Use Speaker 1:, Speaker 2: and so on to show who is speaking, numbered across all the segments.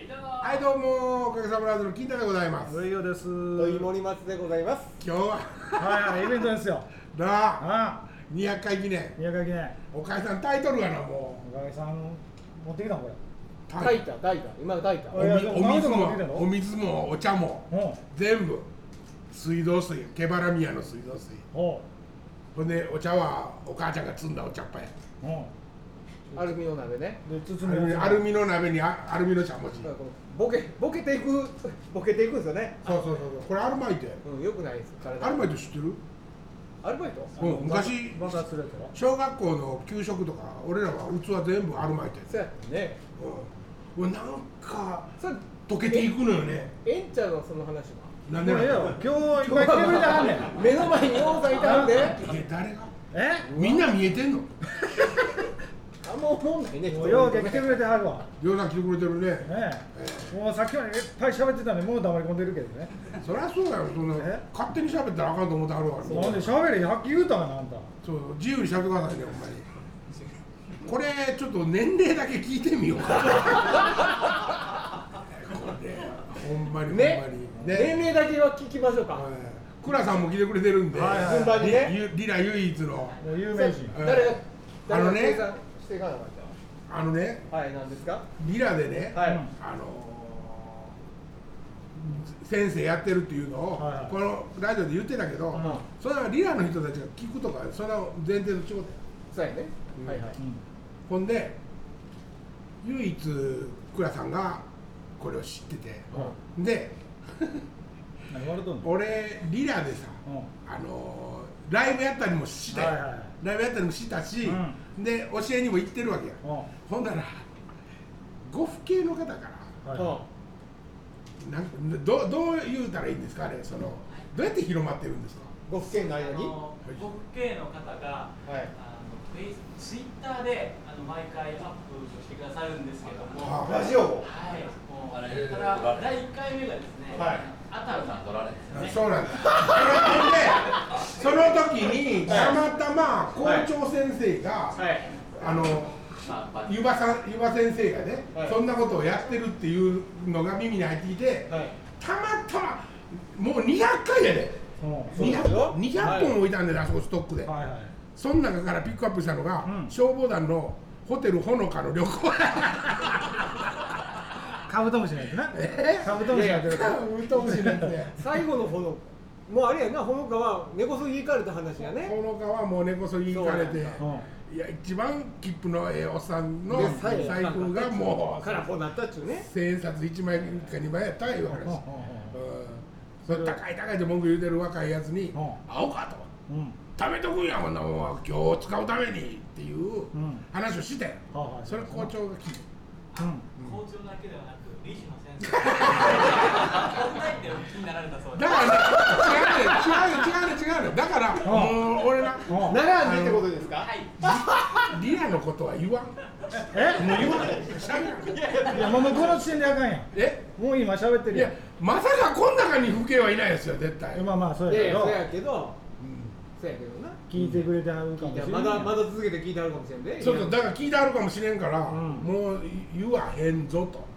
Speaker 1: はいどうもおかげさまでの金太でございます
Speaker 2: いよです。
Speaker 3: 土井森松でございます。
Speaker 1: 今日は
Speaker 2: はい、イベントですよ。
Speaker 1: なあ
Speaker 2: ああ、
Speaker 1: 200回記念
Speaker 2: 宮川記念。
Speaker 1: おかげさんタイトルがなも
Speaker 2: おかげさん、持ってきたんこれ。
Speaker 1: う
Speaker 3: 炊いた、炊いた、今炊いた。
Speaker 1: お
Speaker 2: いや
Speaker 1: み
Speaker 2: でも
Speaker 1: お水
Speaker 2: 何でもできた
Speaker 1: も
Speaker 2: の
Speaker 1: お水もお茶も
Speaker 2: おう
Speaker 1: 全部水道水毛原宮の水道水
Speaker 2: おう
Speaker 1: ほんでお茶はお母ちゃんが摘んだお茶っ葉や
Speaker 2: お
Speaker 3: アルミの鍋ね。
Speaker 2: うで、包
Speaker 1: アル
Speaker 2: み
Speaker 1: ミ
Speaker 2: を
Speaker 1: アルミの鍋にあアルミの茶餅
Speaker 3: だ
Speaker 1: そ
Speaker 3: から
Speaker 1: う
Speaker 3: このボケ、ボケていく、ボケていくんですよね。
Speaker 1: そうそうそうこれアルマイトや
Speaker 3: うん、よくないです。体
Speaker 1: アルマイト知ってる
Speaker 3: アルバイト。
Speaker 1: うん昔
Speaker 2: 爆発するやつや
Speaker 1: 小学校の給食とか俺らは器全部アルマイトや
Speaker 3: そうやったね。
Speaker 1: うんうわなんか
Speaker 3: それ、
Speaker 1: 溶けていくのよね
Speaker 3: えんちゃんのその話は。
Speaker 1: なんで
Speaker 2: ろ。もうええ
Speaker 1: な
Speaker 2: よ、今日いっぱい来てくれたらあん ねん。
Speaker 3: 目の前に王さんいたんで。
Speaker 1: のえ誰が
Speaker 2: え
Speaker 1: みんな見えてんの
Speaker 3: あんま思んないね。
Speaker 2: もう
Speaker 3: 人の
Speaker 2: よ
Speaker 3: こ
Speaker 2: う
Speaker 3: と
Speaker 2: け
Speaker 3: ね
Speaker 2: 来てくれてはるわ。
Speaker 1: りょうさん来てくれてるね
Speaker 2: ねえ。もうさっきまでいっぱい喋ってたのに、もう黙り込んでるけどね。
Speaker 1: そりゃそうやろそんな
Speaker 2: え
Speaker 1: 勝手に喋ったらあかんと思ってあるわ
Speaker 2: なんで喋れ、さっき言うたかな、あんた。
Speaker 1: そうそう自由に喋ってくださいねほんまにこれちょっと年齢だけ聞いてみようかこれほんまにほんまに
Speaker 3: ね
Speaker 1: ね
Speaker 3: 年齢だけは聞きましょうか。
Speaker 1: はい倉さんも来てくれてるんで、
Speaker 2: はいはい
Speaker 3: 順番にね。
Speaker 1: リリラ唯一の
Speaker 2: もう有名人。
Speaker 1: うん
Speaker 3: 誰が、誰
Speaker 1: あの
Speaker 3: が
Speaker 1: ね
Speaker 3: 計算していかなかっ
Speaker 1: あのね
Speaker 3: た。はい、なんですか。
Speaker 1: リラでね、
Speaker 3: はい。
Speaker 1: あのー先生やってるっていうのを、
Speaker 2: はいはい
Speaker 1: このラジオで言ってたけど、
Speaker 2: うん
Speaker 1: それはリラの人たちが聞くとかそれは前提の仕事や
Speaker 3: そうやね
Speaker 1: う。ん
Speaker 3: はいはい。
Speaker 1: ほんで唯一倉さんがこれを知ってて
Speaker 2: うん。うん。
Speaker 1: で
Speaker 2: 何言われとんの
Speaker 1: 俺リラでさ、
Speaker 2: う
Speaker 1: あのーライブやったりもしたよ、
Speaker 2: はいはいはい
Speaker 1: ライブやったりもしたし、で教えにも行ってるわけや、
Speaker 2: ん。うん。
Speaker 1: ほんなら呉服系の方から
Speaker 2: はい
Speaker 3: うん
Speaker 1: なんかどどう言うたらいいんですかねそのどうやって広まってるんですか
Speaker 3: ご府県の
Speaker 4: あ
Speaker 3: 間に。
Speaker 4: の僕系の方が、
Speaker 3: はい
Speaker 4: あのフェイスツイッターであの毎回アップしてくださるんですけども、
Speaker 1: は
Speaker 4: はい、
Speaker 3: ラジオを。
Speaker 4: もうただ第1回目がですね、
Speaker 3: はい
Speaker 4: アタウさん取られですよね。
Speaker 1: そうなんですそれでその時にたまたま校長先生が、
Speaker 3: はい。
Speaker 1: あの
Speaker 4: まあバッ
Speaker 1: 湯葉さん湯葉先生がね、
Speaker 3: はい
Speaker 1: そんなことをやってるっていうのが耳に入ってきて
Speaker 3: はい。
Speaker 1: たまたまもう200回やで
Speaker 2: うん。は
Speaker 3: そうです
Speaker 1: 200,
Speaker 3: よ
Speaker 1: 200本置いたんで、あそこストックで、
Speaker 2: いはい。
Speaker 1: その中からピックアップしたのが、
Speaker 2: うん
Speaker 1: 消防団のホテルほのかの 旅行
Speaker 2: カブトムシのやつな。
Speaker 1: え
Speaker 2: カブトムシのやつ。
Speaker 1: うとうしいなんて
Speaker 3: 最後のほのもうあれやなほのかは根こそぎ行かれた話やね
Speaker 1: この川もう根こそぎ行かれて
Speaker 2: うん。
Speaker 1: いや一番切符のええおっさんの
Speaker 3: で
Speaker 1: 財布がも
Speaker 3: からこ
Speaker 1: う
Speaker 3: うなったっちゅうね
Speaker 1: 千円札1枚か2枚やったいう
Speaker 2: うんうん
Speaker 1: 話うんそれ高い高いって文句言うてる若いやつに
Speaker 2: うん
Speaker 1: 「青か」と
Speaker 2: うんうん
Speaker 1: 「食べとくんやこんなもんは今日使うために」っていう
Speaker 2: うん
Speaker 1: 話をしてん
Speaker 2: はいはい
Speaker 1: それ校長が聞いて
Speaker 2: うん
Speaker 4: 校長だけではなく理事の先生。 問題点を気になられたそうで
Speaker 1: だ
Speaker 4: す。
Speaker 1: からね違うね違うね違うね違うねだから
Speaker 2: ん
Speaker 1: もう俺な
Speaker 2: うん
Speaker 3: 並んでってことですか
Speaker 4: はい。
Speaker 1: リ アのことは言わん
Speaker 2: え
Speaker 1: もう言わないしゃべらん
Speaker 2: いやもうこの時点であかんや
Speaker 1: え
Speaker 2: んもう今喋って
Speaker 1: い
Speaker 2: るや
Speaker 1: や
Speaker 2: んい
Speaker 1: まさかこの中に不敬はいないですよ絶対、
Speaker 2: やまあまあそう
Speaker 3: いや
Speaker 2: やけ
Speaker 3: いや
Speaker 2: ど
Speaker 3: そうやけど
Speaker 1: うん
Speaker 3: そうやけどな
Speaker 2: 聞いてくれてはるかも
Speaker 3: い
Speaker 2: しれな
Speaker 3: やま
Speaker 2: い
Speaker 3: だまだ続けて聞いてあるかもしれんで
Speaker 1: そうそうだから聞いてあるかもしれんから、
Speaker 2: ん
Speaker 1: もう言わへんぞと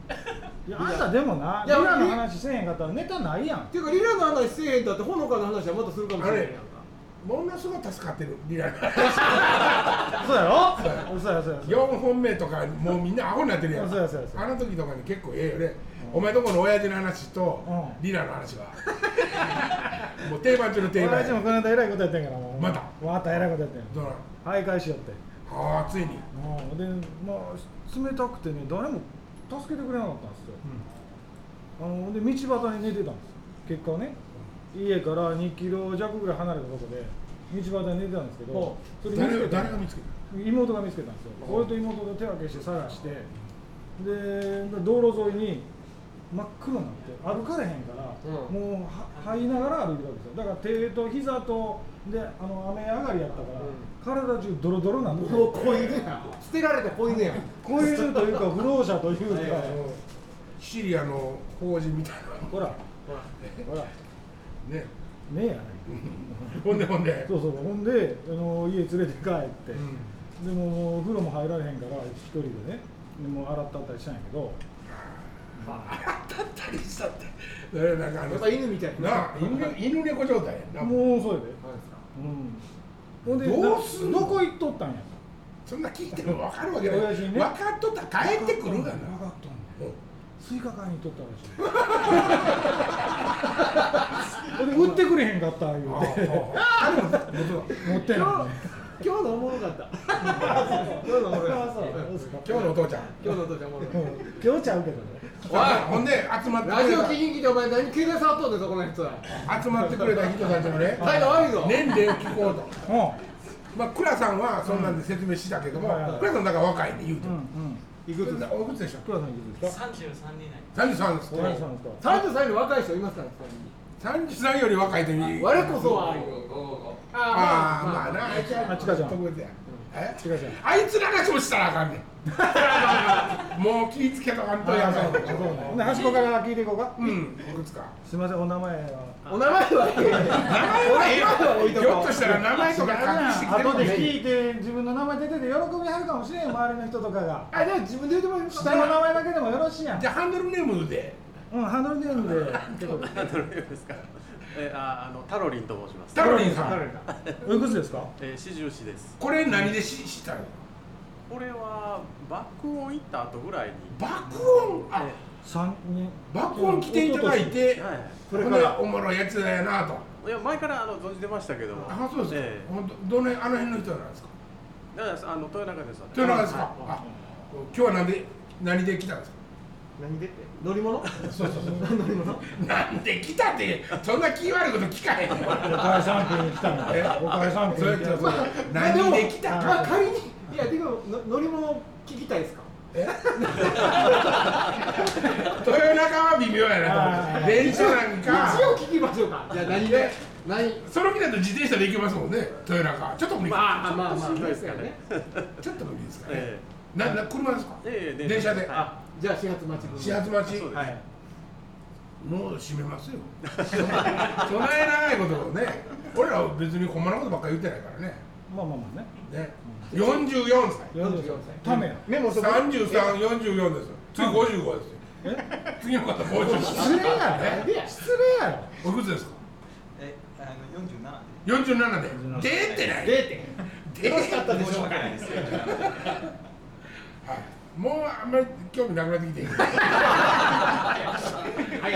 Speaker 2: いやあんたでもないリ
Speaker 3: や
Speaker 2: ラの話せえへんかったらネタないやん
Speaker 3: っていうかリラの話せえへんだってほのかの話はまたするかもしれんやんか
Speaker 1: ものすごい助かってるリアル
Speaker 2: そうやろそうやそうやそうや
Speaker 1: 4本目とかもうみんなアホになってるやん
Speaker 2: そうやそうやそうや
Speaker 1: あの時とかに結構ええよね、お前とこの親父の話と、
Speaker 2: うん
Speaker 1: リラの話は もう定番中の定番
Speaker 2: 俺たちもこの間えらいことやったんやからもう
Speaker 1: また
Speaker 2: またえらいことやったんや
Speaker 1: どうなん
Speaker 2: 徘徊しよって
Speaker 1: ああついに、
Speaker 2: うんでまあ冷たくてね誰も助けてくれなかったんですよあので道端に寝てたんです結果ね家から2キロ弱ぐらい離れたとこで道端に寝てたんですけど
Speaker 3: ほ
Speaker 2: それ見
Speaker 1: 誰
Speaker 2: つけ
Speaker 1: が
Speaker 2: た
Speaker 1: 誰が見つけ
Speaker 2: 妹が見つけたんですよ
Speaker 1: ほう
Speaker 2: 俺と妹が手分けして探してで道路沿いに真っ黒になって歩かれへんから、
Speaker 3: うん
Speaker 2: もうは這いながら歩いてるわけですよだから手と膝とであの雨上がりやったから、体中ドロドロなんです
Speaker 3: もう
Speaker 2: よ
Speaker 3: 子犬やん捨てられた子犬やん
Speaker 2: こういうというか不老者というか
Speaker 3: はいはい
Speaker 1: たのシリアの法人みたい
Speaker 2: ほら
Speaker 3: ほら
Speaker 2: ほらね
Speaker 1: なね
Speaker 2: えやね
Speaker 1: ほんでほんで
Speaker 2: そうそうほんであの家連れて帰って、
Speaker 1: うん
Speaker 2: でももうお風呂も入られへんから一人でねでもう洗ったったりしたんやけど
Speaker 1: あでしたってねなんかあ
Speaker 3: や
Speaker 1: の
Speaker 3: っぱ犬みたいな。
Speaker 1: なあ犬犬猫状態やんな
Speaker 2: もうそうやで
Speaker 3: はい
Speaker 2: うんほんで
Speaker 1: どうすんの
Speaker 2: どこ行っとったんや
Speaker 1: そんな聞いても分かるわけない
Speaker 2: 親父に
Speaker 1: 分
Speaker 2: ね
Speaker 1: かっとったら帰ってくるがな
Speaker 2: 分かったんだ
Speaker 1: うん
Speaker 2: スイカ買いに行っとった らしいほんで売ってくれへんかった言うて持って
Speaker 3: 今
Speaker 2: な
Speaker 3: 日
Speaker 2: い
Speaker 3: 今日のおもろかった。今日のお もろかった。うん
Speaker 1: 今日のお父ちゃん
Speaker 3: 今日のお父ちゃんおもろかっ。
Speaker 2: 今日ちゃうけどね
Speaker 1: おいほんで集まったて
Speaker 3: ラ
Speaker 1: く
Speaker 3: ジ
Speaker 1: れ
Speaker 3: オ聞きに来てお前何携帯触っとんねんそこのやつは。
Speaker 1: た集まってくれた人たちのね
Speaker 3: 態度悪いぞ。
Speaker 1: 年齢を聞こうと
Speaker 2: うん
Speaker 1: まあ倉さんはそんなんで説明したけども
Speaker 2: うんはいはい
Speaker 1: 倉さんだから若いね言うて
Speaker 2: うん
Speaker 1: も
Speaker 2: うん
Speaker 3: い
Speaker 1: おい
Speaker 3: く
Speaker 1: く
Speaker 3: つ
Speaker 1: つ
Speaker 3: だ
Speaker 1: だ。おいくつでしょ
Speaker 2: 倉さんいくつですか
Speaker 4: 三十三になり
Speaker 1: 33です
Speaker 2: 倉さんですか
Speaker 3: 三十歳の若い人いますから。ち
Speaker 1: 33より若いと
Speaker 3: なみ
Speaker 1: い
Speaker 3: に
Speaker 1: う
Speaker 3: 我こそは。
Speaker 1: ああまあ
Speaker 3: まあ
Speaker 1: なあいつ
Speaker 2: あちかちゃん
Speaker 1: 特別やえ
Speaker 2: 違う違う
Speaker 1: あいつらがそうしたらあかんね んもう気ぃつけとかんとやばい
Speaker 2: そうねほんで端っこから聞いていこうか
Speaker 1: うんいくつか
Speaker 2: すいませんお名前は
Speaker 3: お名前は。
Speaker 1: 名前は
Speaker 3: 置
Speaker 1: え
Speaker 3: い
Speaker 1: え
Speaker 3: と
Speaker 1: わ
Speaker 3: こう
Speaker 1: ひょっとしたら名前とか隠してくれる
Speaker 2: 後
Speaker 1: かも
Speaker 2: で
Speaker 1: しれん
Speaker 2: 聞いて自分の名前出てて喜びはるかもしれんよ周りの人とかが
Speaker 3: あじゃあ自分で言ってもらいます
Speaker 2: 下の名前だけでもよろしいやん
Speaker 1: じゃあハンドルネームで
Speaker 2: うんハンドルネームで結構
Speaker 5: 何のようですか。 えああのタロリンと申します。
Speaker 1: タロリンさ
Speaker 3: 誰
Speaker 1: ん
Speaker 3: か。
Speaker 2: おいくつですか
Speaker 5: えー、四十四です。
Speaker 1: これ何でし知ったの
Speaker 5: これは爆音行った後ぐらいに。
Speaker 1: 爆音あ
Speaker 5: え
Speaker 2: 三人
Speaker 1: 爆音来ていただい
Speaker 5: え
Speaker 1: て
Speaker 5: はい。
Speaker 1: これからおもろいやつだよなと
Speaker 5: いや前からあの存じてましたけども。
Speaker 1: あそうですか、
Speaker 5: え
Speaker 1: ほんとどの辺あの辺の人なんですか
Speaker 5: えだからあの豊中ですよね。
Speaker 1: 豊中ですか、
Speaker 5: はい
Speaker 1: あ今日は何で何で来たんですか
Speaker 3: 何で乗り物？そうそうそう。乗り物？
Speaker 1: なんで来たってそんな気悪いこと聞かへん
Speaker 2: お
Speaker 1: よ
Speaker 2: かえさん君に来たん
Speaker 1: え
Speaker 2: だおかえさん
Speaker 1: そ
Speaker 2: 君
Speaker 1: れ
Speaker 2: に来た
Speaker 1: ちょ
Speaker 2: ん
Speaker 1: っと
Speaker 2: だ
Speaker 1: 何で来たか
Speaker 3: あ仮にいやてかの乗り物聞きたいですか？
Speaker 1: 豊中は微妙やなと思って電車なんか
Speaker 3: 一応聞きましょうか。じゃあ何で何？
Speaker 1: その気だと自転車で行けますもんね豊中ちょっと無理、
Speaker 3: まあまあまあ
Speaker 5: しんどい
Speaker 3: で
Speaker 5: ですす
Speaker 3: よ
Speaker 5: か
Speaker 3: ね
Speaker 5: ね。
Speaker 1: ちょっと無理ですかね、
Speaker 5: え
Speaker 1: なな車ですか、
Speaker 5: えええ
Speaker 1: 電車で
Speaker 5: は
Speaker 3: じゃあ始発待ち組。
Speaker 1: 始発待ち
Speaker 5: そうです
Speaker 3: はい。
Speaker 1: もう閉め ますよそない長いことをね俺らは別にほんまなことばっかり言ってないからね
Speaker 2: まあまあまあね
Speaker 1: ね44歳
Speaker 2: 44歳ためや
Speaker 3: メモそこ。
Speaker 1: 三十三、四十四です。次五十五ですよ。
Speaker 2: え
Speaker 1: 次の方五十
Speaker 2: 失礼や
Speaker 1: え
Speaker 2: ろ失礼やろ
Speaker 1: おいくつですか。
Speaker 4: え、あの四十七
Speaker 1: 四十七で。出てない。
Speaker 3: 出て。
Speaker 1: 出て
Speaker 3: かった
Speaker 4: で。
Speaker 3: で
Speaker 4: 申
Speaker 3: し
Speaker 4: し
Speaker 3: ょう
Speaker 4: 訳ないです。
Speaker 1: はい。もうあんまり興味なくなってきて。
Speaker 3: 早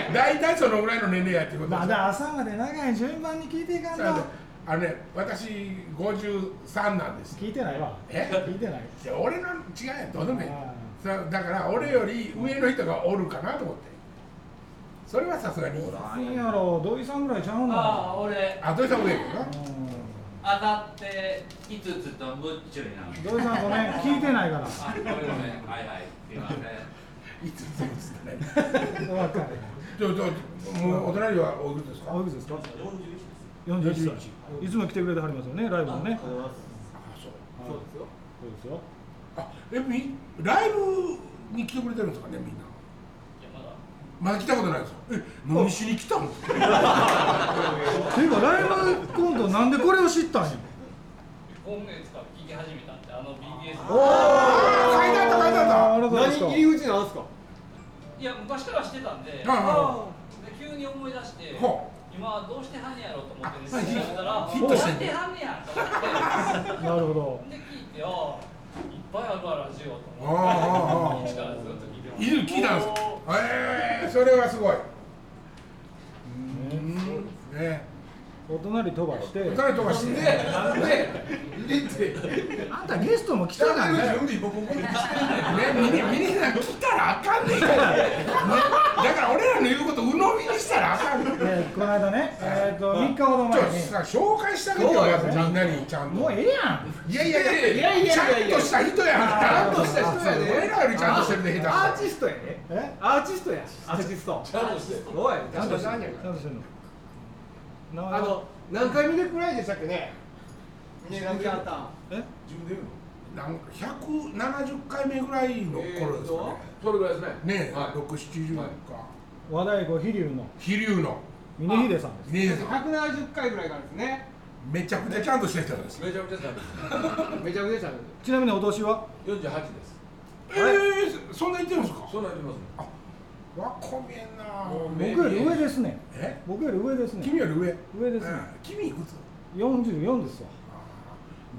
Speaker 3: い。
Speaker 1: 大体そのぐらいの年齢やってことです。
Speaker 2: まだ朝まで長い順番に聞いていかん
Speaker 1: そうそう
Speaker 2: と
Speaker 1: あのね、私五十三なんです。
Speaker 2: 聞いてないわ
Speaker 1: え
Speaker 2: 聞いてない
Speaker 1: いや俺の違いやどうでもいい
Speaker 2: あ。
Speaker 1: さだから俺より上の人がおるかなと思って。それはさすがに。
Speaker 2: いいやろ土井さんぐらいちゃうの
Speaker 6: ああ、俺、
Speaker 1: あ、どうしたもんやけどな。
Speaker 2: う
Speaker 6: 当たって5つとむっちゅうになる。
Speaker 2: ん土井さん ごめん聞いてないから
Speaker 6: あ、ごめんごめん。はいはい。すいません。
Speaker 1: いつもですかね。
Speaker 2: わかる
Speaker 1: じゃあじゃあもうお隣はおいくつですか。
Speaker 2: あおいくつですか
Speaker 4: 四十一です。
Speaker 2: 41歳いつも来てくれてはりますよねライブもね
Speaker 1: あそう
Speaker 3: そうですよ。
Speaker 2: そうですよ
Speaker 1: あえみライブに来てくれてるんですかねみんなまだ来たことないですよえ何しに来たの
Speaker 2: ていうかライブコントなんでこれを知ったんや
Speaker 6: 今月から聞き始めたって、あの BTS
Speaker 1: あー書いてあった書いてあっ
Speaker 2: ありがとうございます
Speaker 3: 何入り口なんですか？
Speaker 6: いや、昔からしてたんで、で
Speaker 1: たはいは
Speaker 6: 急に思い出して
Speaker 1: い、ほ
Speaker 6: 今どうしてはんねやろうと思ってね、
Speaker 1: あ
Speaker 6: 調べたら、
Speaker 1: ヒットしてんの
Speaker 6: なんではんねやと思って、
Speaker 2: なるほど
Speaker 6: で聞いて、ああ、いっぱいあるわ、ラジオと
Speaker 1: う
Speaker 6: 思って、
Speaker 1: あーあーあ
Speaker 6: 一からずっと聞いてま
Speaker 1: ー
Speaker 6: す。
Speaker 1: いる聞いたんですええー、それはすごいうんね
Speaker 2: お隣飛ばして
Speaker 1: 二人とかして
Speaker 3: で
Speaker 1: ね
Speaker 3: で入れて。
Speaker 2: あんたゲストも来て
Speaker 1: だ
Speaker 2: ないね
Speaker 1: 準備僕僕ねみみんな来たらあかんねんから、ね、だから俺らの言うこと鵜呑みにしたらあかんねん
Speaker 2: えーこの間ねえっと3日ほ
Speaker 1: ちょ
Speaker 2: ど前
Speaker 1: っと
Speaker 2: に
Speaker 1: さ紹介してあげてよ、
Speaker 3: そう
Speaker 1: ま
Speaker 3: や
Speaker 1: ず
Speaker 3: ね
Speaker 1: みんなにちゃんと。
Speaker 2: もうええや
Speaker 1: いやいやい
Speaker 3: い
Speaker 1: や
Speaker 3: やいやいやいや
Speaker 1: ちゃんとした人やんか。
Speaker 2: ちゃん
Speaker 3: とした人やね
Speaker 1: 俺らよりちゃんとしてるで、下手
Speaker 3: アーティストやね。
Speaker 2: んえ
Speaker 3: アーティストや。アーティスト。ちゃんとして。おい。ちゃんとして。
Speaker 2: ちゃんとしてんの名前は
Speaker 3: あの何回目でくらいでしたっけね。ね何回あったん。
Speaker 2: え
Speaker 1: なんか170回目ぐらいの頃ですかね。
Speaker 3: それぐらいですね。
Speaker 1: ねえ、
Speaker 3: はい
Speaker 1: 6、70か。
Speaker 2: 和太鼓飛龍の
Speaker 1: 飛龍の
Speaker 2: 峰秀さんです
Speaker 1: 姉さん、
Speaker 3: 百七十回ぐらいからですね。
Speaker 1: めちゃくちゃちゃんとした人です。
Speaker 7: めちゃめちゃ寒いです。
Speaker 3: めちゃくちゃちゃんと。
Speaker 2: ちなみにお年は
Speaker 7: 四十八です。
Speaker 1: えー、そんな言ってるんですか
Speaker 7: そんなんありますね。
Speaker 1: えわこめんな
Speaker 2: 僕より上ですねん
Speaker 1: え
Speaker 2: 僕より上ですねん
Speaker 1: 君より上
Speaker 2: 上ですね
Speaker 1: うん君いくつ
Speaker 2: 44ですわ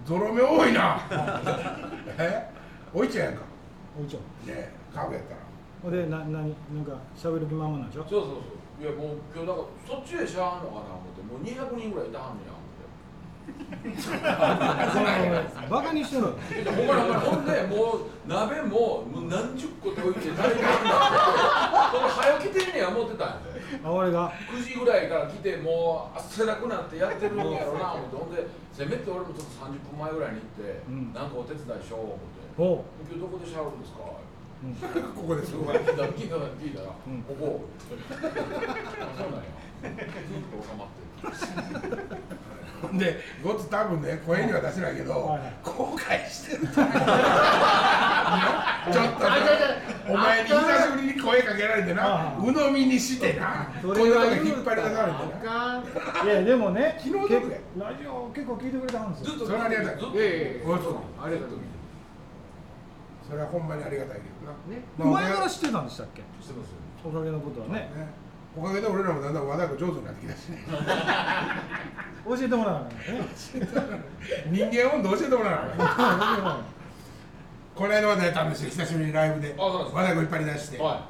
Speaker 1: ゾロ目多いなえおいちゃんやんかね
Speaker 2: おいちゃん
Speaker 1: えカフェやったら
Speaker 2: ほんでな何なんか喋る気ままなんでしょ
Speaker 7: そうそうそういやもう今日なんかそっちでしゃあんのかな思ってもう200人ぐらいいたはんねや思って
Speaker 2: ごめんごめんバカにしてる
Speaker 7: いやほんまにほんまにほんでもう鍋ももう何十個溶いて誰か来んなほんで早来てんねや思ってたんやで
Speaker 2: あ俺が
Speaker 7: 9時ぐらいから来てもう汗だくなってやってるんやろな思ってほんでせめて俺もちょっと30分前ぐらいに行って、
Speaker 2: うん
Speaker 7: なんかお手伝いしよう思って
Speaker 2: おう、
Speaker 7: 「今日どこでしゃべるんですか?」
Speaker 2: うん、
Speaker 1: ここです
Speaker 7: すごい聞いたら聞いたら聞いたら、
Speaker 2: うん
Speaker 7: ここあそうなんやずっと収まってる
Speaker 1: でごつ多分ね声には出せないけど、
Speaker 2: はいはい
Speaker 1: 後悔してると思う ちょっとなお前に久しぶりに声かけられてな
Speaker 2: ああ
Speaker 1: 鵜呑みにしてな
Speaker 2: そ
Speaker 1: こ
Speaker 2: れ
Speaker 1: れ
Speaker 2: は
Speaker 1: は
Speaker 2: 言う
Speaker 1: 引っ張り出され
Speaker 5: あ
Speaker 1: てな
Speaker 5: かん
Speaker 2: いやでもね
Speaker 1: 昨日
Speaker 2: け
Speaker 1: どこや
Speaker 2: ラジオ結構聞いてくれたんですよ
Speaker 7: ずっと
Speaker 1: それはありがたい
Speaker 7: ずっ
Speaker 5: い
Speaker 7: と
Speaker 5: やいやいや
Speaker 1: おいそう
Speaker 5: ありがとう
Speaker 1: それはほんまにありがたいけどな
Speaker 5: ね
Speaker 1: まあ
Speaker 2: 前から知ってたんでしたっけ
Speaker 7: してますよ
Speaker 2: おかげのことはね
Speaker 1: ねおかげで俺らもだんだん和太鼓上手になってきたしね
Speaker 2: 教えてもらわなあかったね
Speaker 1: 人間温度教えてもらわなあかん
Speaker 2: 教えてもらわなあかん
Speaker 1: この間までやったんですよ久しぶりにライブで
Speaker 7: あそう
Speaker 1: 和
Speaker 7: なん
Speaker 1: 太鼓
Speaker 7: です
Speaker 1: いっぱい出して、
Speaker 7: は
Speaker 1: はい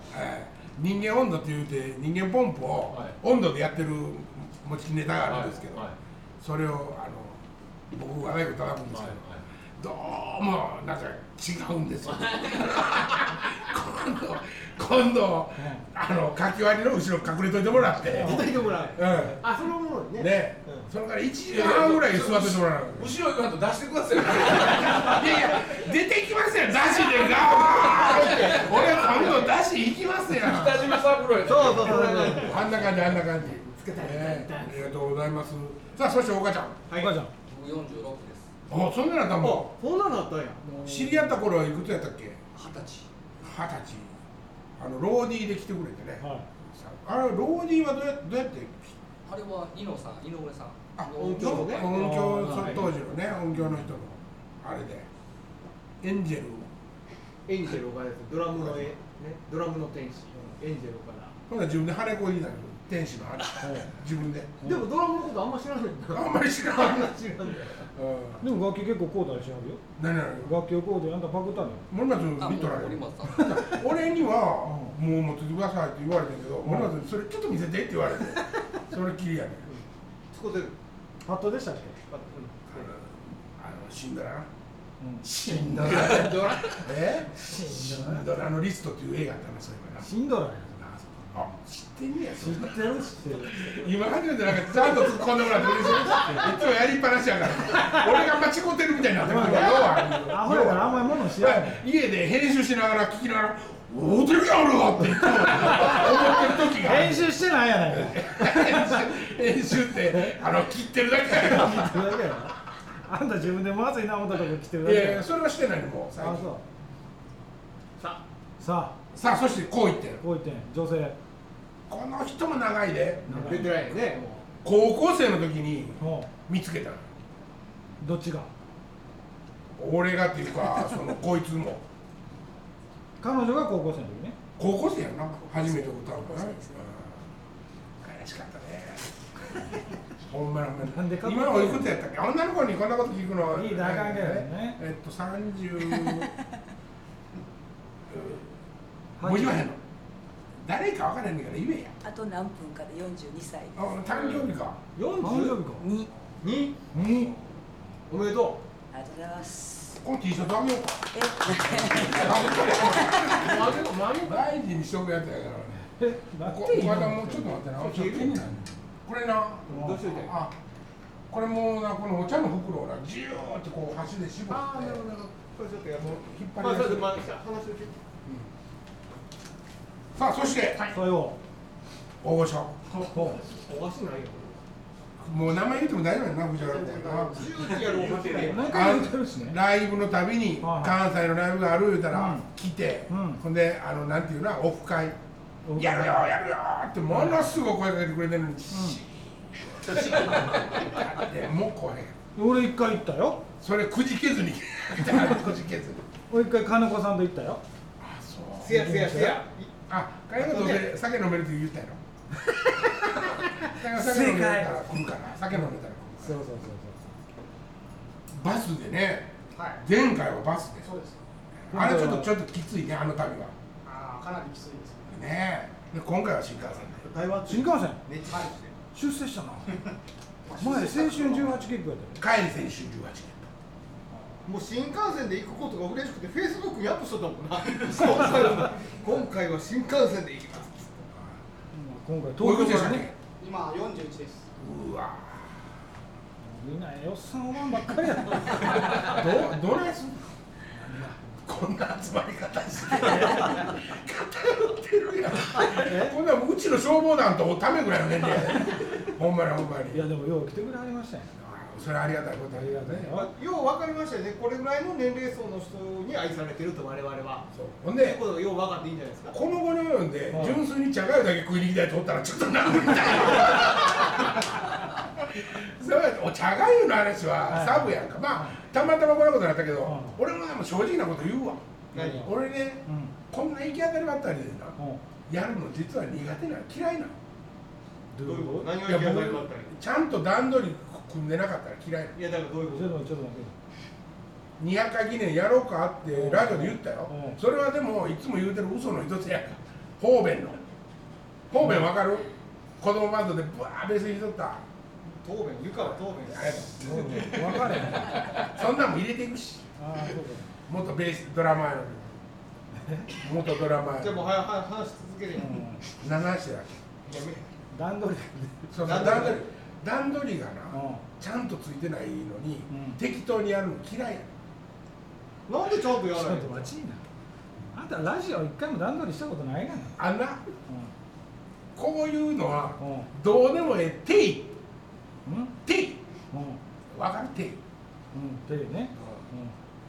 Speaker 1: 人間温度って言うて人間ポンプを
Speaker 7: はい
Speaker 1: 温度でやってる持ちネタがあるんですけど、
Speaker 7: はいはい
Speaker 1: それをあの僕和太鼓叩くんですけど、どうもなんか違うんですよ今度今度あのかき割りの後ろ隠れといてもらって、
Speaker 3: 出てきてもらう
Speaker 1: う
Speaker 3: あそれももうんね
Speaker 1: ね、
Speaker 3: う
Speaker 1: それから1時間半ぐらい座っててもらう
Speaker 7: 後ろ行かんと出してくださいよ
Speaker 1: いやいや出てきますよ出汁でガーッて俺今度出汁いきますよ
Speaker 7: 北島三郎や
Speaker 3: そうそうそうそう
Speaker 1: あんな感じあんな感じねありがとうございますさあそして岡ちゃん
Speaker 2: お母ちゃん
Speaker 6: 僕46です
Speaker 1: おそんなのた
Speaker 3: あ
Speaker 1: も
Speaker 3: そんなのあったんや
Speaker 1: う知り合った頃はいくつやったっけ
Speaker 6: 二十歳
Speaker 1: 二十歳あのローディーで来てくれてね
Speaker 2: はい
Speaker 1: さあれローディーはどうやどうやって
Speaker 6: あれは井野さん井上さん
Speaker 1: あ
Speaker 6: の
Speaker 3: 音響のね
Speaker 1: 音響
Speaker 2: あーはい
Speaker 1: 当時のね音響の人のあれでエンジェル
Speaker 3: エンジェル岡田ですドラムのえねドラムの天使エンジェル岡
Speaker 1: ほんなら自分で羽子になる天使の羽自分で
Speaker 3: 田でもドラムのことあんま知らないんだ
Speaker 1: あんまり知らんうん
Speaker 3: 知らない
Speaker 2: でも楽器結構こうたりしはるよ
Speaker 1: 何々
Speaker 2: 楽器をこうであんたパクったのよ
Speaker 1: 森松
Speaker 6: あ
Speaker 1: 見とられ
Speaker 6: 森
Speaker 1: る
Speaker 6: 松さん
Speaker 1: 俺には「もう持っててください」って言われたけど森松に「それちょっと見せて」って言われてそれっきりやねん
Speaker 3: 使ってる
Speaker 2: ハットでしたっけ
Speaker 3: あう
Speaker 1: あ
Speaker 3: ん
Speaker 1: の死んだな
Speaker 2: うん
Speaker 1: 死んだなえ死んだなあのリストっていう映画あったなそういえばな
Speaker 2: シンドラや
Speaker 1: あそうあ知ってんねやそ
Speaker 2: 知
Speaker 1: ん
Speaker 2: っ
Speaker 1: な
Speaker 2: てる知ってる
Speaker 1: 今初めてなんかちゃんと突っ込んでもらって嬉しいいつもやりっぱなしやから俺が間違ってるみたいになってるから要は
Speaker 2: アホやからあんまり物知らない
Speaker 1: 家で編集しながら聞きながら「おおてるやん俺は」っていつも思ってる時がある
Speaker 2: 練習してないやないか
Speaker 1: 編集ってあの切ってるだけだよ
Speaker 2: それだけやなあんた自分でまずいな思ったとこ来てるだ
Speaker 1: い
Speaker 2: け
Speaker 1: やい
Speaker 2: や
Speaker 1: やそれはしてないのもう最
Speaker 2: あ
Speaker 1: 近
Speaker 2: そうさ
Speaker 1: さあそしてこう言ってる
Speaker 2: あこう言ってん女性
Speaker 1: この人も長いで
Speaker 2: 長
Speaker 3: ベ
Speaker 2: い
Speaker 3: テランやねもう
Speaker 1: 高校生の時に
Speaker 2: おう
Speaker 1: 見つけたの
Speaker 2: どっちが
Speaker 1: 俺がっていうかそのこいつも
Speaker 2: 彼女が高校生の時ね
Speaker 1: 高校生やんな初めて歌うからねうん悲しかったねほんまにほんまに
Speaker 2: なんでかっこいい
Speaker 1: 今のおいくつやったっけ女の子にこんなこと聞くの
Speaker 2: いいなあかんけどね
Speaker 1: えっと30もう言わへんの誰か分からへんねんから言えや
Speaker 8: あと何分かで42歳
Speaker 1: あ誕生日か
Speaker 2: 誕生日
Speaker 3: 40
Speaker 2: か
Speaker 8: に
Speaker 3: に
Speaker 2: に
Speaker 3: おめでと
Speaker 8: ありがとうございます
Speaker 1: この T シャツあげようか
Speaker 8: え
Speaker 1: 大事にしとくやつやからね
Speaker 2: えな
Speaker 1: こ
Speaker 2: ん
Speaker 1: こ
Speaker 2: ていい
Speaker 1: れ
Speaker 2: の
Speaker 1: もうちょっと待ってな
Speaker 3: そう
Speaker 1: ちょっと気になるこれな
Speaker 3: うどうしといて
Speaker 1: あこれもうなこのお茶の袋をなジューってこう箸で絞
Speaker 3: ああ
Speaker 1: って
Speaker 3: なるほどなるほどこれちょっとやろう
Speaker 1: 引っ
Speaker 3: ま
Speaker 1: 張
Speaker 3: あ
Speaker 1: り
Speaker 3: そ
Speaker 1: 出して
Speaker 3: れでまあ話して
Speaker 1: さあそして
Speaker 2: そうよ
Speaker 1: 大御所
Speaker 2: おう
Speaker 3: おかしないよ
Speaker 1: もう名前言っても大丈夫やな藤原君は
Speaker 3: ジューってやるおかしないよ
Speaker 2: 何
Speaker 1: あ
Speaker 2: 回も言ってるし
Speaker 1: の
Speaker 2: ね
Speaker 1: ライブのたびに
Speaker 2: はい
Speaker 1: 関西のライブがある言うた
Speaker 2: う
Speaker 1: ら
Speaker 2: ん
Speaker 1: 来て、
Speaker 2: うん
Speaker 1: ほんであのなんていうのオフ会やるよやるよってものすごい声かけてくれてるのに、シーンってやってもう怖い
Speaker 2: 俺一回行ったよ
Speaker 1: それくじけずに くじけずに
Speaker 2: 俺一回金子さんと行ったよ
Speaker 1: あそう
Speaker 3: せやせやせやい
Speaker 1: あ、会話どうせ酒飲めるって言った やろだから酒飲めたら来るから酒飲めたら来
Speaker 2: そ
Speaker 1: る
Speaker 2: うそうそう
Speaker 1: からバスでね
Speaker 9: はい
Speaker 1: 前回はバスで
Speaker 9: そうです
Speaker 1: あれちょっとちょっときついねあの旅は
Speaker 9: ああかなりきついですね
Speaker 1: ねえで今回は新幹線で
Speaker 9: 台湾
Speaker 2: そう新幹線
Speaker 9: めっちゃして
Speaker 2: 出世したな前青春18切符やっ
Speaker 1: 帰り選手18年
Speaker 9: もう新幹線で行くことが嬉しくてフェイスブックにアップしとったもんな 今回は今回は新幹線で行きます
Speaker 2: たよ今回
Speaker 1: どういうこと
Speaker 2: 東京
Speaker 1: で
Speaker 2: か
Speaker 1: した
Speaker 2: ら
Speaker 1: っけ
Speaker 2: ね
Speaker 9: 今41です
Speaker 1: うわ
Speaker 2: みんなええおっさんおばんばっかりやな
Speaker 1: どどないすんのこんな集まり方して偏ってるやんこんなんうちの消防団とおためぐらいの年齢やでほんまにほんま
Speaker 2: い
Speaker 1: に
Speaker 2: やでもよう来てくれはりましたよ
Speaker 1: それありがたいこと
Speaker 2: あ
Speaker 1: あ
Speaker 2: り
Speaker 1: り
Speaker 2: が
Speaker 1: が
Speaker 2: た
Speaker 1: た
Speaker 2: い
Speaker 1: い
Speaker 2: よ
Speaker 9: まあ、よう分かりましたよねこれぐらいの年齢層の人に愛されてると我々は
Speaker 1: そうほん
Speaker 9: という
Speaker 1: で
Speaker 9: ことがよう分かっていいんじゃないですか
Speaker 1: この後に及んで
Speaker 2: はい
Speaker 1: 純粋に茶がゆだけ食いに行きたいとおったらちょっと 何でみたいなそうやってお茶がゆの話
Speaker 2: は
Speaker 1: はいサブやんかまあたまたまこんなことになったけ
Speaker 2: はい
Speaker 1: ど俺もでも正直なこと言うわ
Speaker 9: 何
Speaker 2: うん
Speaker 1: 俺ね
Speaker 2: う
Speaker 1: こんな行き当たりばったりでなん
Speaker 2: うん
Speaker 1: やるの実は苦手なの嫌いなの
Speaker 2: ど
Speaker 9: どういうこと何が
Speaker 1: い
Speaker 9: 行
Speaker 1: や
Speaker 9: き当たりばっ
Speaker 1: 僕
Speaker 9: た
Speaker 1: ちゃんと段取り組んでなかったら嫌いなの
Speaker 9: りいやだからどういうこ
Speaker 2: ちょ
Speaker 9: と
Speaker 2: っと待ってちょっと待って
Speaker 1: 二百回記念やろうかっ
Speaker 2: う
Speaker 1: て
Speaker 2: ん
Speaker 1: ラジオで言ったよ
Speaker 2: うん
Speaker 1: それはでもいつも言うてる嘘の一つやんか方便の方便わかる子供バンドでブワーベース弾いとった
Speaker 9: 答弁湯川答弁です
Speaker 2: 分かれへんあ
Speaker 1: そんなんも入れていくし
Speaker 2: あそうか
Speaker 1: 元ベースドラマーより元ドラマー
Speaker 9: じゃあもう
Speaker 1: よ
Speaker 9: 早く早く話し続けるよ、
Speaker 2: う
Speaker 9: い
Speaker 2: ん
Speaker 1: り7してだけ
Speaker 9: やめ
Speaker 2: 段取り
Speaker 1: そうそう
Speaker 9: 段
Speaker 1: 段
Speaker 9: 取り
Speaker 1: 取り段取りがな
Speaker 2: うん
Speaker 1: ちゃんとついてないのに
Speaker 2: うん
Speaker 1: 適当にやるの嫌いやん
Speaker 9: なんでちゃんとや
Speaker 2: ち
Speaker 9: ら
Speaker 2: ょ
Speaker 9: ない
Speaker 2: っと
Speaker 9: の
Speaker 2: 待ちいなあんたラジオ一回も段取りしたことないがな
Speaker 1: あんなこういうのは
Speaker 2: うんうん
Speaker 1: どうでもええてい
Speaker 2: うん
Speaker 1: てい
Speaker 2: うん
Speaker 1: わかるてい
Speaker 2: うん手ね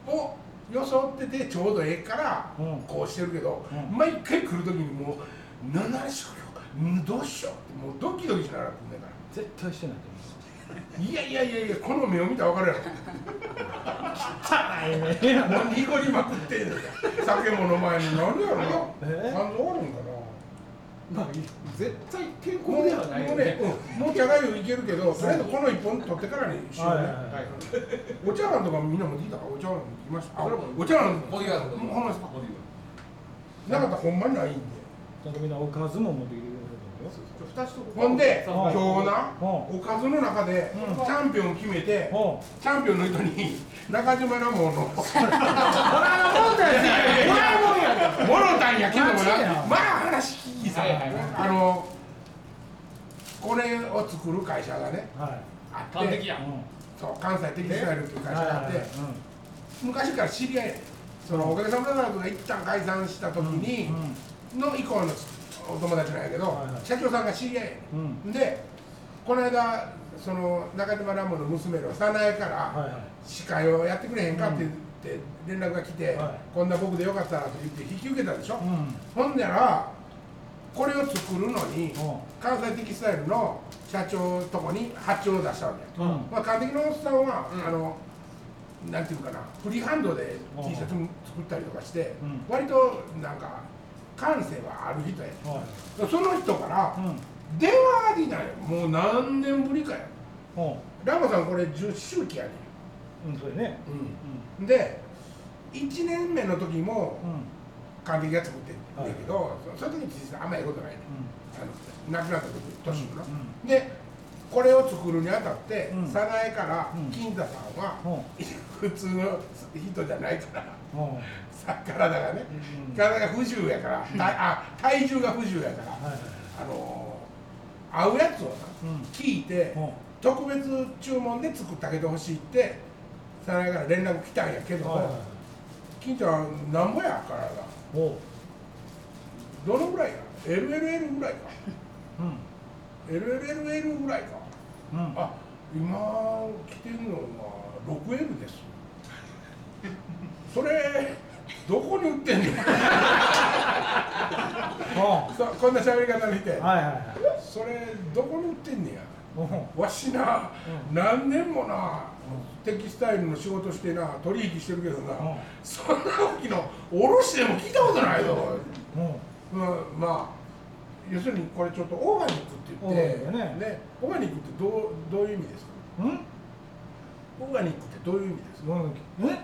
Speaker 1: を装っててちょうどええから
Speaker 2: うん
Speaker 1: こうしてるけど、
Speaker 2: うん
Speaker 1: 毎回来る時にもう7しよううんどうしようってもうドキドキしながら来んねんから
Speaker 2: 絶対してないと思う
Speaker 1: いやいやいやいやこの目を見たら分かるやろ
Speaker 2: 汚いねや
Speaker 1: もうニコリまくってんねん酒も飲まへんのに何やろな
Speaker 2: え
Speaker 1: 感動あるんかな
Speaker 9: まあ絶対健
Speaker 1: も
Speaker 9: 康
Speaker 1: う
Speaker 9: ではない
Speaker 1: も
Speaker 9: よ
Speaker 1: う
Speaker 9: ね
Speaker 1: ね、うんもう茶がゆいけるけど、とりあえずこの一本取ってからにしようね。
Speaker 2: はい
Speaker 9: はい
Speaker 1: お茶碗とかみんな持ってきたか、お茶碗持ってきました。あ
Speaker 7: それはもう
Speaker 1: お茶碗、
Speaker 7: ボディーガード
Speaker 1: も
Speaker 7: と
Speaker 1: う
Speaker 7: か
Speaker 1: ほんまですか
Speaker 7: ボディーガード
Speaker 1: なかったらほんまにないんで。
Speaker 2: ちゃんとみんなおかずも持ってきてくれて
Speaker 9: 二つとも
Speaker 1: ほんで、
Speaker 2: うん
Speaker 1: 今日な、
Speaker 2: う
Speaker 1: おかずの中で
Speaker 2: うん
Speaker 1: チャンピオン決めて
Speaker 2: る、よ
Speaker 1: チャンピオンの人に中島ラモンのも
Speaker 2: うん
Speaker 1: ろたんやけども
Speaker 2: マジ
Speaker 1: な
Speaker 2: や、
Speaker 1: まあ話聞きさ
Speaker 2: はいはいはい、
Speaker 1: あの、これを作る会社がね、
Speaker 2: は
Speaker 1: あって。
Speaker 6: 完璧や
Speaker 2: い
Speaker 6: ん
Speaker 2: うん
Speaker 1: そう関西テキスタイルっていう会社があって
Speaker 2: う
Speaker 1: 昔から知り合いやねんそのおかげさまでなんかが一旦解散した時
Speaker 2: ん
Speaker 1: にの以降のお友達なんやけど
Speaker 2: はいはい
Speaker 1: 社長さんが知り合いやね
Speaker 2: うんうん
Speaker 1: んでこの間その中島ラモの娘の早苗か
Speaker 2: はい
Speaker 1: ら
Speaker 2: はい
Speaker 1: 司会をやってくれへんかって言って連絡が来て
Speaker 2: はい
Speaker 1: こんな僕でよかったらって言って引き受けたでしょ
Speaker 2: うん
Speaker 1: ほんならこれを作るのに
Speaker 2: うん
Speaker 1: 関西テキスタイルの社長のとこに発注を出したわけや
Speaker 2: うん
Speaker 1: まあ、カーテキのおっさんは、あのなんていうかなフリーハンドで
Speaker 2: うん
Speaker 1: T シャツも作ったりとかして、
Speaker 2: うん
Speaker 1: 割となんか感性はある人やね
Speaker 2: はい
Speaker 1: その人から
Speaker 2: うん
Speaker 1: 電話が出ないもう何年ぶりかや
Speaker 2: うん
Speaker 1: ラモさんこれ10周期やね
Speaker 2: うんそれね
Speaker 1: ん、
Speaker 2: うん
Speaker 1: で1年目の時も
Speaker 2: うん
Speaker 1: 完璧が作ってんだけど、そその時実はあんまりことないねあの亡くなった時年もな、でこれを作るにあたって、
Speaker 2: うん
Speaker 1: 早苗から
Speaker 2: うん
Speaker 1: 金田さんは、
Speaker 2: うんうん
Speaker 1: 普通の人じゃないから
Speaker 2: うん
Speaker 1: さ体がね
Speaker 2: うん
Speaker 1: 体が不自由やから体あ体重が不自由やから
Speaker 2: はいはい
Speaker 1: あのー、合うやつをな
Speaker 2: うん
Speaker 1: 聞いて
Speaker 2: うん
Speaker 1: 特別注文で作ってあげてほしいってさらから連絡来たんやけど
Speaker 2: はいはい
Speaker 1: も金ちゃんなんぼや体
Speaker 2: おう
Speaker 1: どのぐらいや ?LLL ぐらいか
Speaker 2: うん。
Speaker 1: LLLL ぐらいか
Speaker 2: うん。
Speaker 1: あ今着てるのは 6L ですそれどこに売ってんの
Speaker 2: は
Speaker 1: そうこんな喋り方見て、
Speaker 2: いはいはい。
Speaker 1: それどこに売ってんねや
Speaker 2: うん。うん。
Speaker 1: わしな、何年もな、テキスタイルの仕事してな取引してるけどな、
Speaker 2: うん
Speaker 1: そんな大きな卸でも聞いたことないぞ
Speaker 2: うん。
Speaker 1: うん、まあ要するにこれちょっとオーガニックって言って
Speaker 2: オーガニックね
Speaker 1: オーガニックってどうどういう意味ですか
Speaker 2: うん
Speaker 1: オーガニックってどういう意味ですか
Speaker 2: どのえ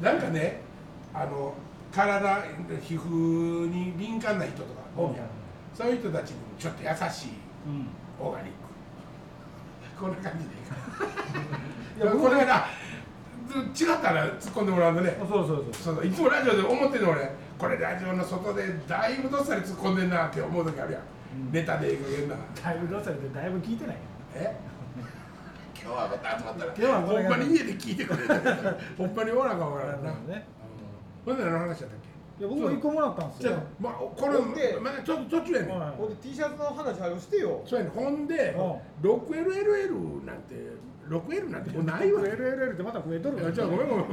Speaker 1: なんかねあの体皮膚に敏感な人とか多いやんそういう人たちにちょっと優しい
Speaker 2: うん
Speaker 1: オーガニックこんな感じでいいか
Speaker 2: い
Speaker 1: いや
Speaker 2: や
Speaker 1: こ
Speaker 2: これ
Speaker 1: れなず違ったら突っ込んでもらうとね
Speaker 2: そうそうそう
Speaker 1: そうそういつもラジオで思ってんの俺これラジオの外でだいぶどっさり突っ込んでんなって思う時あるやん、
Speaker 2: うん
Speaker 1: ネタでいい加減な
Speaker 2: だいぶどうされてだいぶ聞いてない
Speaker 1: え今日はまた集まったら
Speaker 2: 今日はこ
Speaker 1: ほ
Speaker 2: れ
Speaker 1: ん
Speaker 2: が
Speaker 1: まに家で聞いてくれた らほんまにおらんかもわからんな
Speaker 2: ね
Speaker 1: ほんで何の話だったっ
Speaker 2: いや僕も一個もらったんで
Speaker 1: け
Speaker 2: す
Speaker 1: じ
Speaker 2: よ
Speaker 1: ゃあ、まあ、これ
Speaker 9: で
Speaker 1: まあ、ちょっと途中やねん、
Speaker 2: はい
Speaker 9: ほんで T シャツの話はよしてよ
Speaker 1: そうやねんほんで、
Speaker 2: う
Speaker 1: 6LLL なんて 6L なんてもうないわ
Speaker 2: LLL ってまた増えとる
Speaker 1: いやじゃあごめんごめん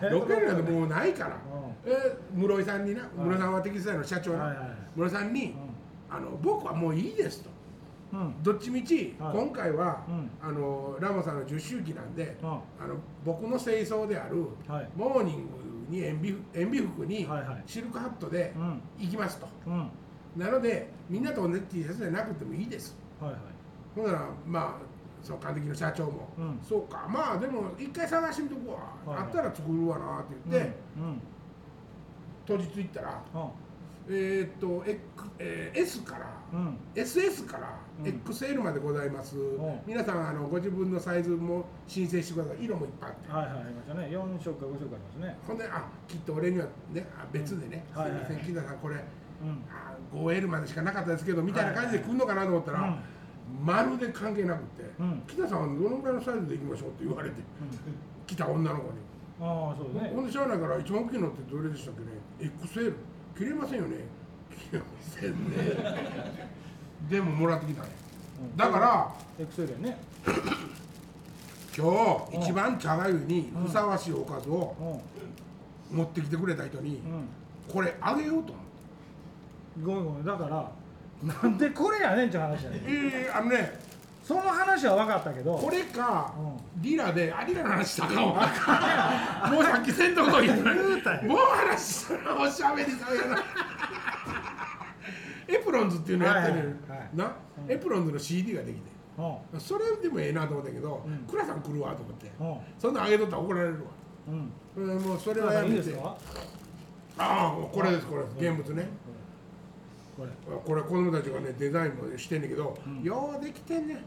Speaker 1: 6L なんてもうないから、え室井さんにな室井さんはテキスタイルの社長な、
Speaker 2: はいはいはい
Speaker 1: 室井さんに、あの「僕はもういいです」と
Speaker 2: うんうん
Speaker 1: どっちみち、
Speaker 2: はい
Speaker 1: 今回は、
Speaker 2: うん
Speaker 1: あのラモさんの10周期なんで、
Speaker 2: うん
Speaker 1: あの僕の清掃である、
Speaker 2: はい
Speaker 1: モーニングに塩ビ塩ビ服に、
Speaker 2: はいはい
Speaker 1: シルクハットで
Speaker 2: うん
Speaker 1: 行きますと、
Speaker 2: うんは
Speaker 1: なのでみんなと同じ T シャツじゃなくてもいいです
Speaker 2: いはい
Speaker 1: ほんならまあその還暦の社長も、
Speaker 2: うん
Speaker 1: そうかまあでも一回探してみとこうわ、
Speaker 2: はいは
Speaker 1: あ
Speaker 2: い
Speaker 1: ったら作るわなって言って、
Speaker 2: うんうん
Speaker 1: 当日行ったら
Speaker 2: あ
Speaker 1: えーっと、X えー S から、
Speaker 2: うん
Speaker 1: SS から
Speaker 2: うん
Speaker 1: XL までございます、
Speaker 2: ん
Speaker 1: 皆さんあのご自分のサイズも申請してください色もいっぱいあって、
Speaker 2: はいはいありましたね四色か五色ありますね
Speaker 1: ほんであきっと俺にはねあ別でね、
Speaker 2: うんはいは
Speaker 1: す
Speaker 2: い
Speaker 1: いません金田さんこれ
Speaker 2: うん
Speaker 1: あ 5L までしかなかったですけどみたいな感じで来るのかなと思ったら、
Speaker 2: うん
Speaker 1: まるで関係なくて、
Speaker 2: うん
Speaker 1: 北さんはどのぐらいのサイズでいきましょうって言われて、来た女の子に、
Speaker 2: ああそうね
Speaker 1: ほんでしゃあないから一番大きいのってどれでしたっけね XL 切れませんよね切れませ んねでももらってきたね、
Speaker 2: うん
Speaker 1: だから
Speaker 2: エクセルやね
Speaker 1: 今
Speaker 2: うん
Speaker 1: 日一番茶がゆにふさわしいおかずを
Speaker 2: うん
Speaker 1: 持ってきてくれた人に
Speaker 2: うん
Speaker 1: これあげようと思って
Speaker 2: ごめんごめんだからなんでこれやねんって話やねん
Speaker 1: ええあのね
Speaker 2: その話は分かったけど
Speaker 1: これか
Speaker 2: う
Speaker 1: リラであリラの話したらあか んわもうさっきせんとこ言ったもう話したらおしゃべりさんやな エプロンズっていうのやってるねん
Speaker 2: はいはいはい
Speaker 1: なエプロンズの CD ができて
Speaker 2: うん
Speaker 1: それでもええなと思ったけど
Speaker 2: うん
Speaker 1: 倉さん来るわと思って
Speaker 2: うん
Speaker 1: そんなんあげとったら怒られるわ
Speaker 2: う
Speaker 1: う
Speaker 2: ん
Speaker 1: んもうそ
Speaker 2: こ
Speaker 1: れはや
Speaker 2: いい
Speaker 1: め
Speaker 2: です
Speaker 1: て
Speaker 2: か
Speaker 1: ああこれですこれです現物ね
Speaker 2: これ
Speaker 1: これ子供たちがねデザインもしてんねんけど、
Speaker 2: うん
Speaker 1: ようできてんねん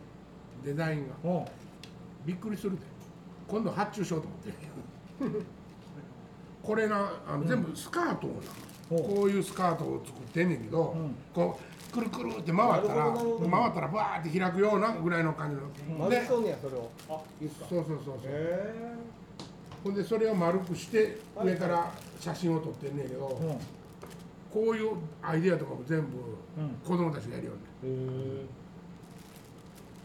Speaker 1: デザインが
Speaker 2: うん
Speaker 1: びっくりするで今度発注しようと思ってる これなあの全部スカートをな、
Speaker 2: ほう
Speaker 1: こういうスカートを作ってんねんけど、
Speaker 2: うん
Speaker 1: こうくるくるって回ったら
Speaker 9: なるほどなるほど
Speaker 1: 回ったらバーって開くようなぐらいの感じの、
Speaker 9: 混
Speaker 1: で
Speaker 9: ぜ
Speaker 1: そう
Speaker 9: とんねやそれをあいいっすか
Speaker 1: そうそうそう
Speaker 9: へ
Speaker 1: ほんでそれを丸くして上から写真を撮ってんねんけど、
Speaker 2: うん
Speaker 1: こういうアイデアとかも全部
Speaker 2: うん
Speaker 1: 子供たちがやるようになる
Speaker 2: へえ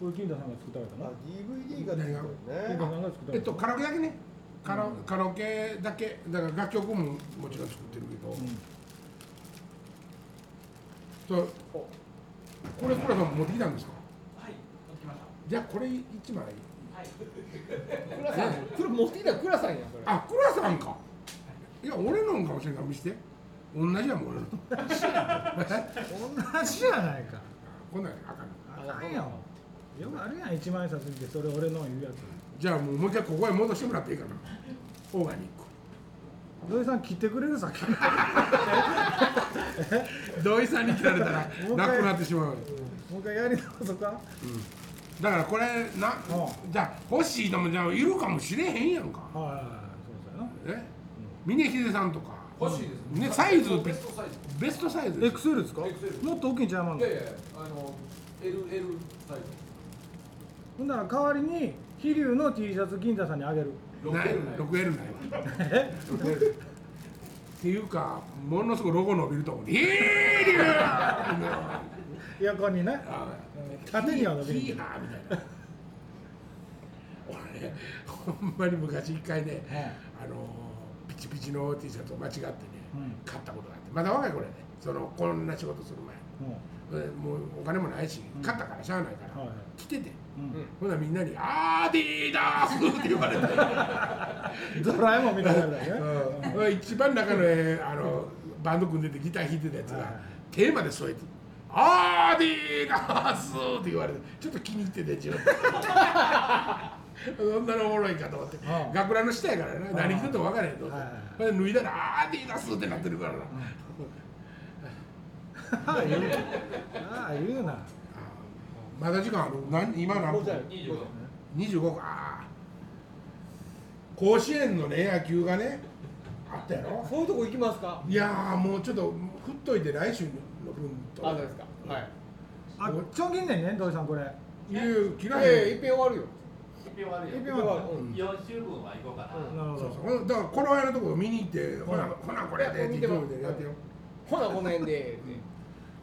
Speaker 2: これ金田さんが作ったわけ
Speaker 9: え
Speaker 2: だ
Speaker 9: あ DVD が出
Speaker 2: な
Speaker 9: てる
Speaker 2: 金
Speaker 9: ね
Speaker 2: 田さんが作ったわけだな
Speaker 1: えっと、カラオケだけねカラ,、カラオケだけだから楽曲ももちろん作ってるけど、そうこれ倉さん持ってきたんですか
Speaker 4: はい、持ってきました。
Speaker 1: じゃあこれ一枚
Speaker 4: はい。
Speaker 9: クラさんこれ持ってきたクラさんやそれ
Speaker 1: あ倉さんかいや俺のんかもしれんから見して同じやもん俺の
Speaker 2: 同じじゃないか
Speaker 1: こんなんあかん
Speaker 2: あかんやんよくあるやん一万円札見てそれ俺の言うやつ
Speaker 1: じゃあもうもう一回ここへ戻してもらっていいかなオーガニ
Speaker 2: 土井さん切ってくれる さっき
Speaker 1: ック土井さんに切られたら
Speaker 2: もう 一
Speaker 1: な
Speaker 2: 回
Speaker 1: くなってしまう
Speaker 2: もう一回やり直そうか
Speaker 1: だからこれな
Speaker 2: う
Speaker 1: じゃあ欲しいのもじゃあいるかもしれへんやんか
Speaker 2: はいはいはいそうだよ
Speaker 1: ね峰秀さんとか
Speaker 7: 欲しいです
Speaker 1: ねサイズ
Speaker 7: ベストサイズ
Speaker 1: ベストサイズ
Speaker 2: な
Speaker 1: で
Speaker 2: エ
Speaker 1: す
Speaker 2: クセルですか
Speaker 7: XL
Speaker 2: もっと大きいんちゃいまん
Speaker 7: い
Speaker 2: の
Speaker 7: やいやあの LL サイズ
Speaker 2: ほんなら代わりに飛龍の T シャツ銀座さんにあげる
Speaker 1: ない
Speaker 7: 6L ない
Speaker 1: 6L ないわ 6L っていうかものすごくロゴ伸びると思うヒーリュー
Speaker 2: 横にね縦には伸びる
Speaker 1: ヒ
Speaker 2: け
Speaker 1: ー
Speaker 2: ど
Speaker 1: ハーみたいな俺ほんまに昔一回ね、あのーピチピチの T シャツを間違ってね、
Speaker 2: うん
Speaker 1: 買ったことがあってまだ若い頃やねそのこんな仕事する前えーもうお金もないし、
Speaker 2: うん
Speaker 1: 買ったからしゃあないから、
Speaker 2: はいはい
Speaker 1: 来てて、
Speaker 2: うん
Speaker 1: ほんならみんなに「アーディーダース!」って言われて、
Speaker 2: ドラえもんみたいになるだよね
Speaker 1: うん、一番中の,、えーあのバンド組んでてギター弾いてたやつ
Speaker 2: はい
Speaker 1: がテーマで添えて「アーディーダース!」って言われてちょっと気に入ってて自分 そんなのおもろいかと思って
Speaker 2: うん
Speaker 1: 学ランの下やからな何着てても分からへんと思
Speaker 2: はい
Speaker 1: ってほんで脱いだら「アーディーダース!」ってなってるからな。
Speaker 2: ああ言うなああ言うな
Speaker 1: まだ時間ある何今何
Speaker 3: もうじゃあ
Speaker 1: 分
Speaker 6: 25分
Speaker 1: 25分ああ甲子園のね野球がねあったやろ
Speaker 3: そういうとこ行きますか
Speaker 1: いやーもうちょっと振っといて来週の分と
Speaker 3: あそうですかはい
Speaker 2: あちょんぎんねんね土井さんこれ
Speaker 1: いう切ら
Speaker 3: ええ
Speaker 1: へん、
Speaker 3: 一遍終わるよ
Speaker 6: 一票あるよ
Speaker 2: 一
Speaker 3: 一
Speaker 2: 票
Speaker 3: 遍終わる
Speaker 1: うん
Speaker 6: 4週分は行こうかな、
Speaker 3: うん
Speaker 2: なるほ
Speaker 1: そう
Speaker 2: ど
Speaker 1: そうだからこの間のところ見に行って、ほな
Speaker 2: うん
Speaker 1: ほなこれやでって
Speaker 3: 見
Speaker 1: 言っ
Speaker 3: て
Speaker 1: て
Speaker 3: も
Speaker 1: みてやってよ
Speaker 3: ほなこの辺で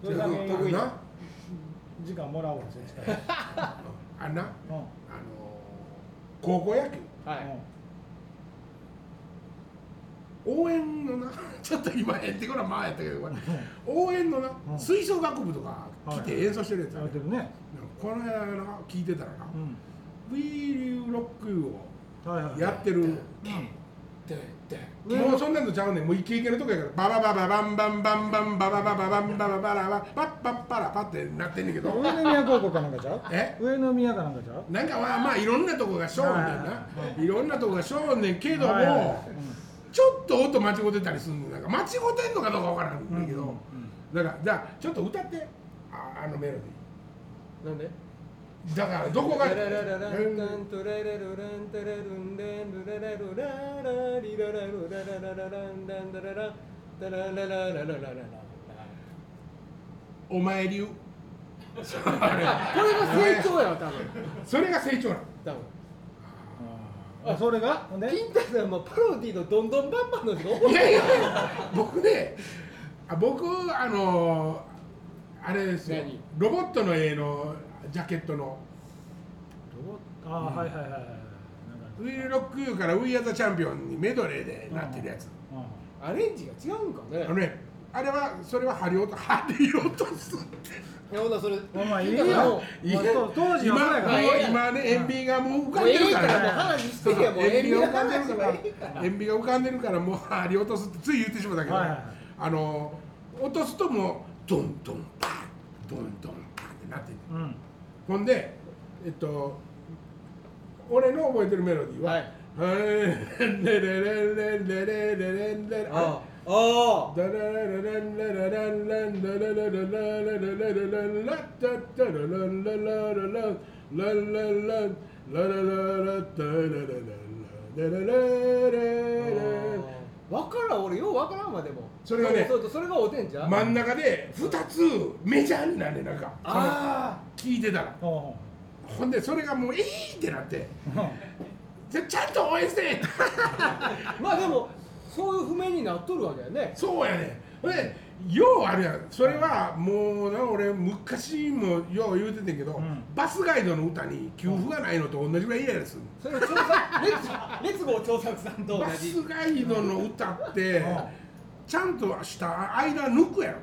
Speaker 2: 土井さん
Speaker 1: じゃあ
Speaker 3: 得意な
Speaker 1: な
Speaker 2: 時間もらおうそしたら
Speaker 1: あんなあのー
Speaker 2: うんうん
Speaker 1: 高校野球
Speaker 3: はい
Speaker 1: 応援のなちょっと今えってこれは前やったけどこれ応援のな、
Speaker 2: うん
Speaker 1: 吹奏楽部とか来て演奏してるやつあ
Speaker 2: や
Speaker 1: る
Speaker 2: っ
Speaker 1: やん
Speaker 2: てるね
Speaker 1: この間な聞いてたらな
Speaker 2: うん
Speaker 1: 「We Will Rock You」
Speaker 2: はいは
Speaker 1: を
Speaker 2: い
Speaker 1: やってるもうそんなんとちゃうねんもうイケイケのとこやからバババババンバンバンバンバババババンバババラバパッパッパラパってなってんねんけど
Speaker 2: 上野宮高校かなんかちゃう
Speaker 1: え
Speaker 2: 上野宮かなんかちゃう
Speaker 1: なんかまあまあいろんなとこがしょうねんな
Speaker 2: はい
Speaker 1: ろんなとこがしょうねんけど
Speaker 2: はいはい
Speaker 1: もちょっと音間違ってたりするんだから間違ってんのかどうかわからん
Speaker 2: うん
Speaker 1: んだけどだからじゃあちょっと歌ってああのメロデ
Speaker 3: なんで
Speaker 1: ィーだからどこが
Speaker 3: ララララランタントラララランタラルンランラララララリララララララランランダララダララララララララ
Speaker 1: お前流
Speaker 3: これが成長やわ多分
Speaker 1: それが成長なの
Speaker 3: 多分
Speaker 2: うんあそれがほんで
Speaker 3: 金太さんもパロディのどんどんバンバンの人
Speaker 1: いやいや僕ねあ僕あのあれですよ
Speaker 3: 何
Speaker 1: ロボットの絵のジャケットの
Speaker 2: ああはいはいはいはいなんか
Speaker 1: 「ウィル・ロック・ユー」から「ウィー・ア・ザ・チャンピオン」にメドレーでなってるやつ
Speaker 2: うん
Speaker 3: アレンジが違うんかね
Speaker 1: あのねあれはそれはハリオとハリオとす
Speaker 3: ほなそれ
Speaker 2: まあまあいいよ
Speaker 3: 金太さんも
Speaker 1: いい
Speaker 2: まあそう当時
Speaker 1: 今も
Speaker 2: はそうやから
Speaker 1: う
Speaker 2: ね
Speaker 1: 今ね塩ビがもう浮か
Speaker 3: も
Speaker 1: ん
Speaker 3: う
Speaker 1: で
Speaker 3: え
Speaker 1: る
Speaker 3: え
Speaker 1: か
Speaker 3: からもう
Speaker 1: ら
Speaker 3: 話してやもう
Speaker 1: 塩
Speaker 3: え
Speaker 1: ビ
Speaker 3: え
Speaker 1: が
Speaker 3: の
Speaker 1: 浮かんで
Speaker 3: 話
Speaker 1: る
Speaker 3: は
Speaker 1: か
Speaker 3: ええから
Speaker 1: ら塩ビが浮かんでるからもうハリ落とすってつい言ってしまったけど、
Speaker 2: はいはいはい
Speaker 1: あの落とすともうドンドンパンドンドンパンってなってる
Speaker 2: うん
Speaker 1: ほんで、えっと、俺の覚えてるメロディーは、
Speaker 3: はい
Speaker 1: はい、レレレレレレレレレレ
Speaker 3: ああ
Speaker 1: ダラララランララランランララララララララランラッタッタラランラララランランランランララララッタラララララララララ
Speaker 3: わからん俺ようわからんわでも
Speaker 1: それがね
Speaker 3: そうそうそれがおてんじゃん
Speaker 1: 真ん中で2つメジャーになるねなんか
Speaker 3: あ
Speaker 1: 聞いてたら
Speaker 2: ほうほ
Speaker 1: ほんでそれがもういいってなって
Speaker 2: ううん
Speaker 1: じゃちゃんと応援して
Speaker 3: あまあでもそういう譜面になっとるわけやね
Speaker 1: そうやねんでようあるやんそれはもうな俺昔もよう言うててんけど、
Speaker 2: うん
Speaker 1: バスガイドの歌に給付がないのと同じぐらいイライラする、
Speaker 3: それを調査レッツゴー調査さんと同
Speaker 1: バ
Speaker 3: じ
Speaker 1: スガイドの歌って、
Speaker 2: うん
Speaker 1: ちゃんとした間抜くやろ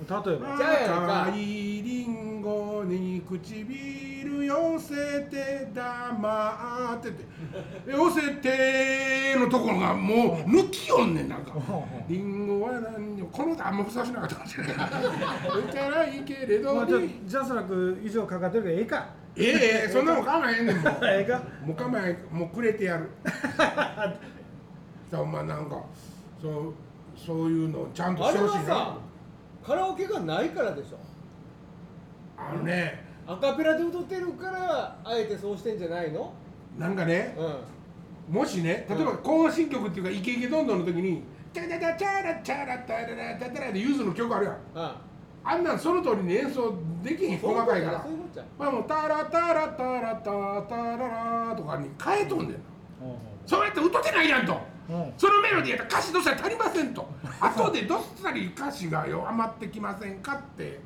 Speaker 2: 例えば
Speaker 3: じゃあやんか
Speaker 1: 赤いリンゴに唇寄せて黙ってて寄せてのところがもう抜きよんねんなんか
Speaker 2: うん
Speaker 1: リンゴは何よこの歌あんまふさわしなかったかもしれない歌たらいいけれ
Speaker 2: ま
Speaker 1: ど
Speaker 2: あ、じゃあ
Speaker 1: に
Speaker 2: ジャスラック以上かかってるけどええか
Speaker 1: ええええそんなのかまへんねんもう
Speaker 2: ええか
Speaker 1: もうかまへんもうくれてやる お前なんかそうそういうのちゃんと
Speaker 3: あ
Speaker 1: して
Speaker 3: れ
Speaker 1: ほ
Speaker 3: は
Speaker 1: しいな
Speaker 3: さカラオケがないからでしょ
Speaker 1: あのね
Speaker 3: アカペラで歌ってるからあえてそうしてんじゃないの
Speaker 1: なんかね
Speaker 3: うん
Speaker 1: もしね例えば行進曲っていうかイケイケどんどんの時に「チャラチャラチャラチャラチャラチャラチャラ」でゆずの曲あるやん
Speaker 3: あ
Speaker 1: あんなんその通りに演奏できへん細かいから
Speaker 3: そういうことや
Speaker 1: まあもう「タラタラタラタタララ」とかに変えとんねんそうやって歌ってないやんと
Speaker 2: うん
Speaker 1: そのメロディーやったら歌詞どうしたら足りませんと 後でどっさり歌詞がよ余ってきませんか って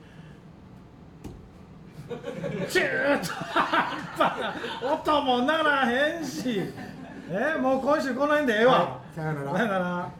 Speaker 1: チューッと
Speaker 2: 音もならへんしえもう今週この辺でええわ、
Speaker 1: はいさよなら
Speaker 2: さよなら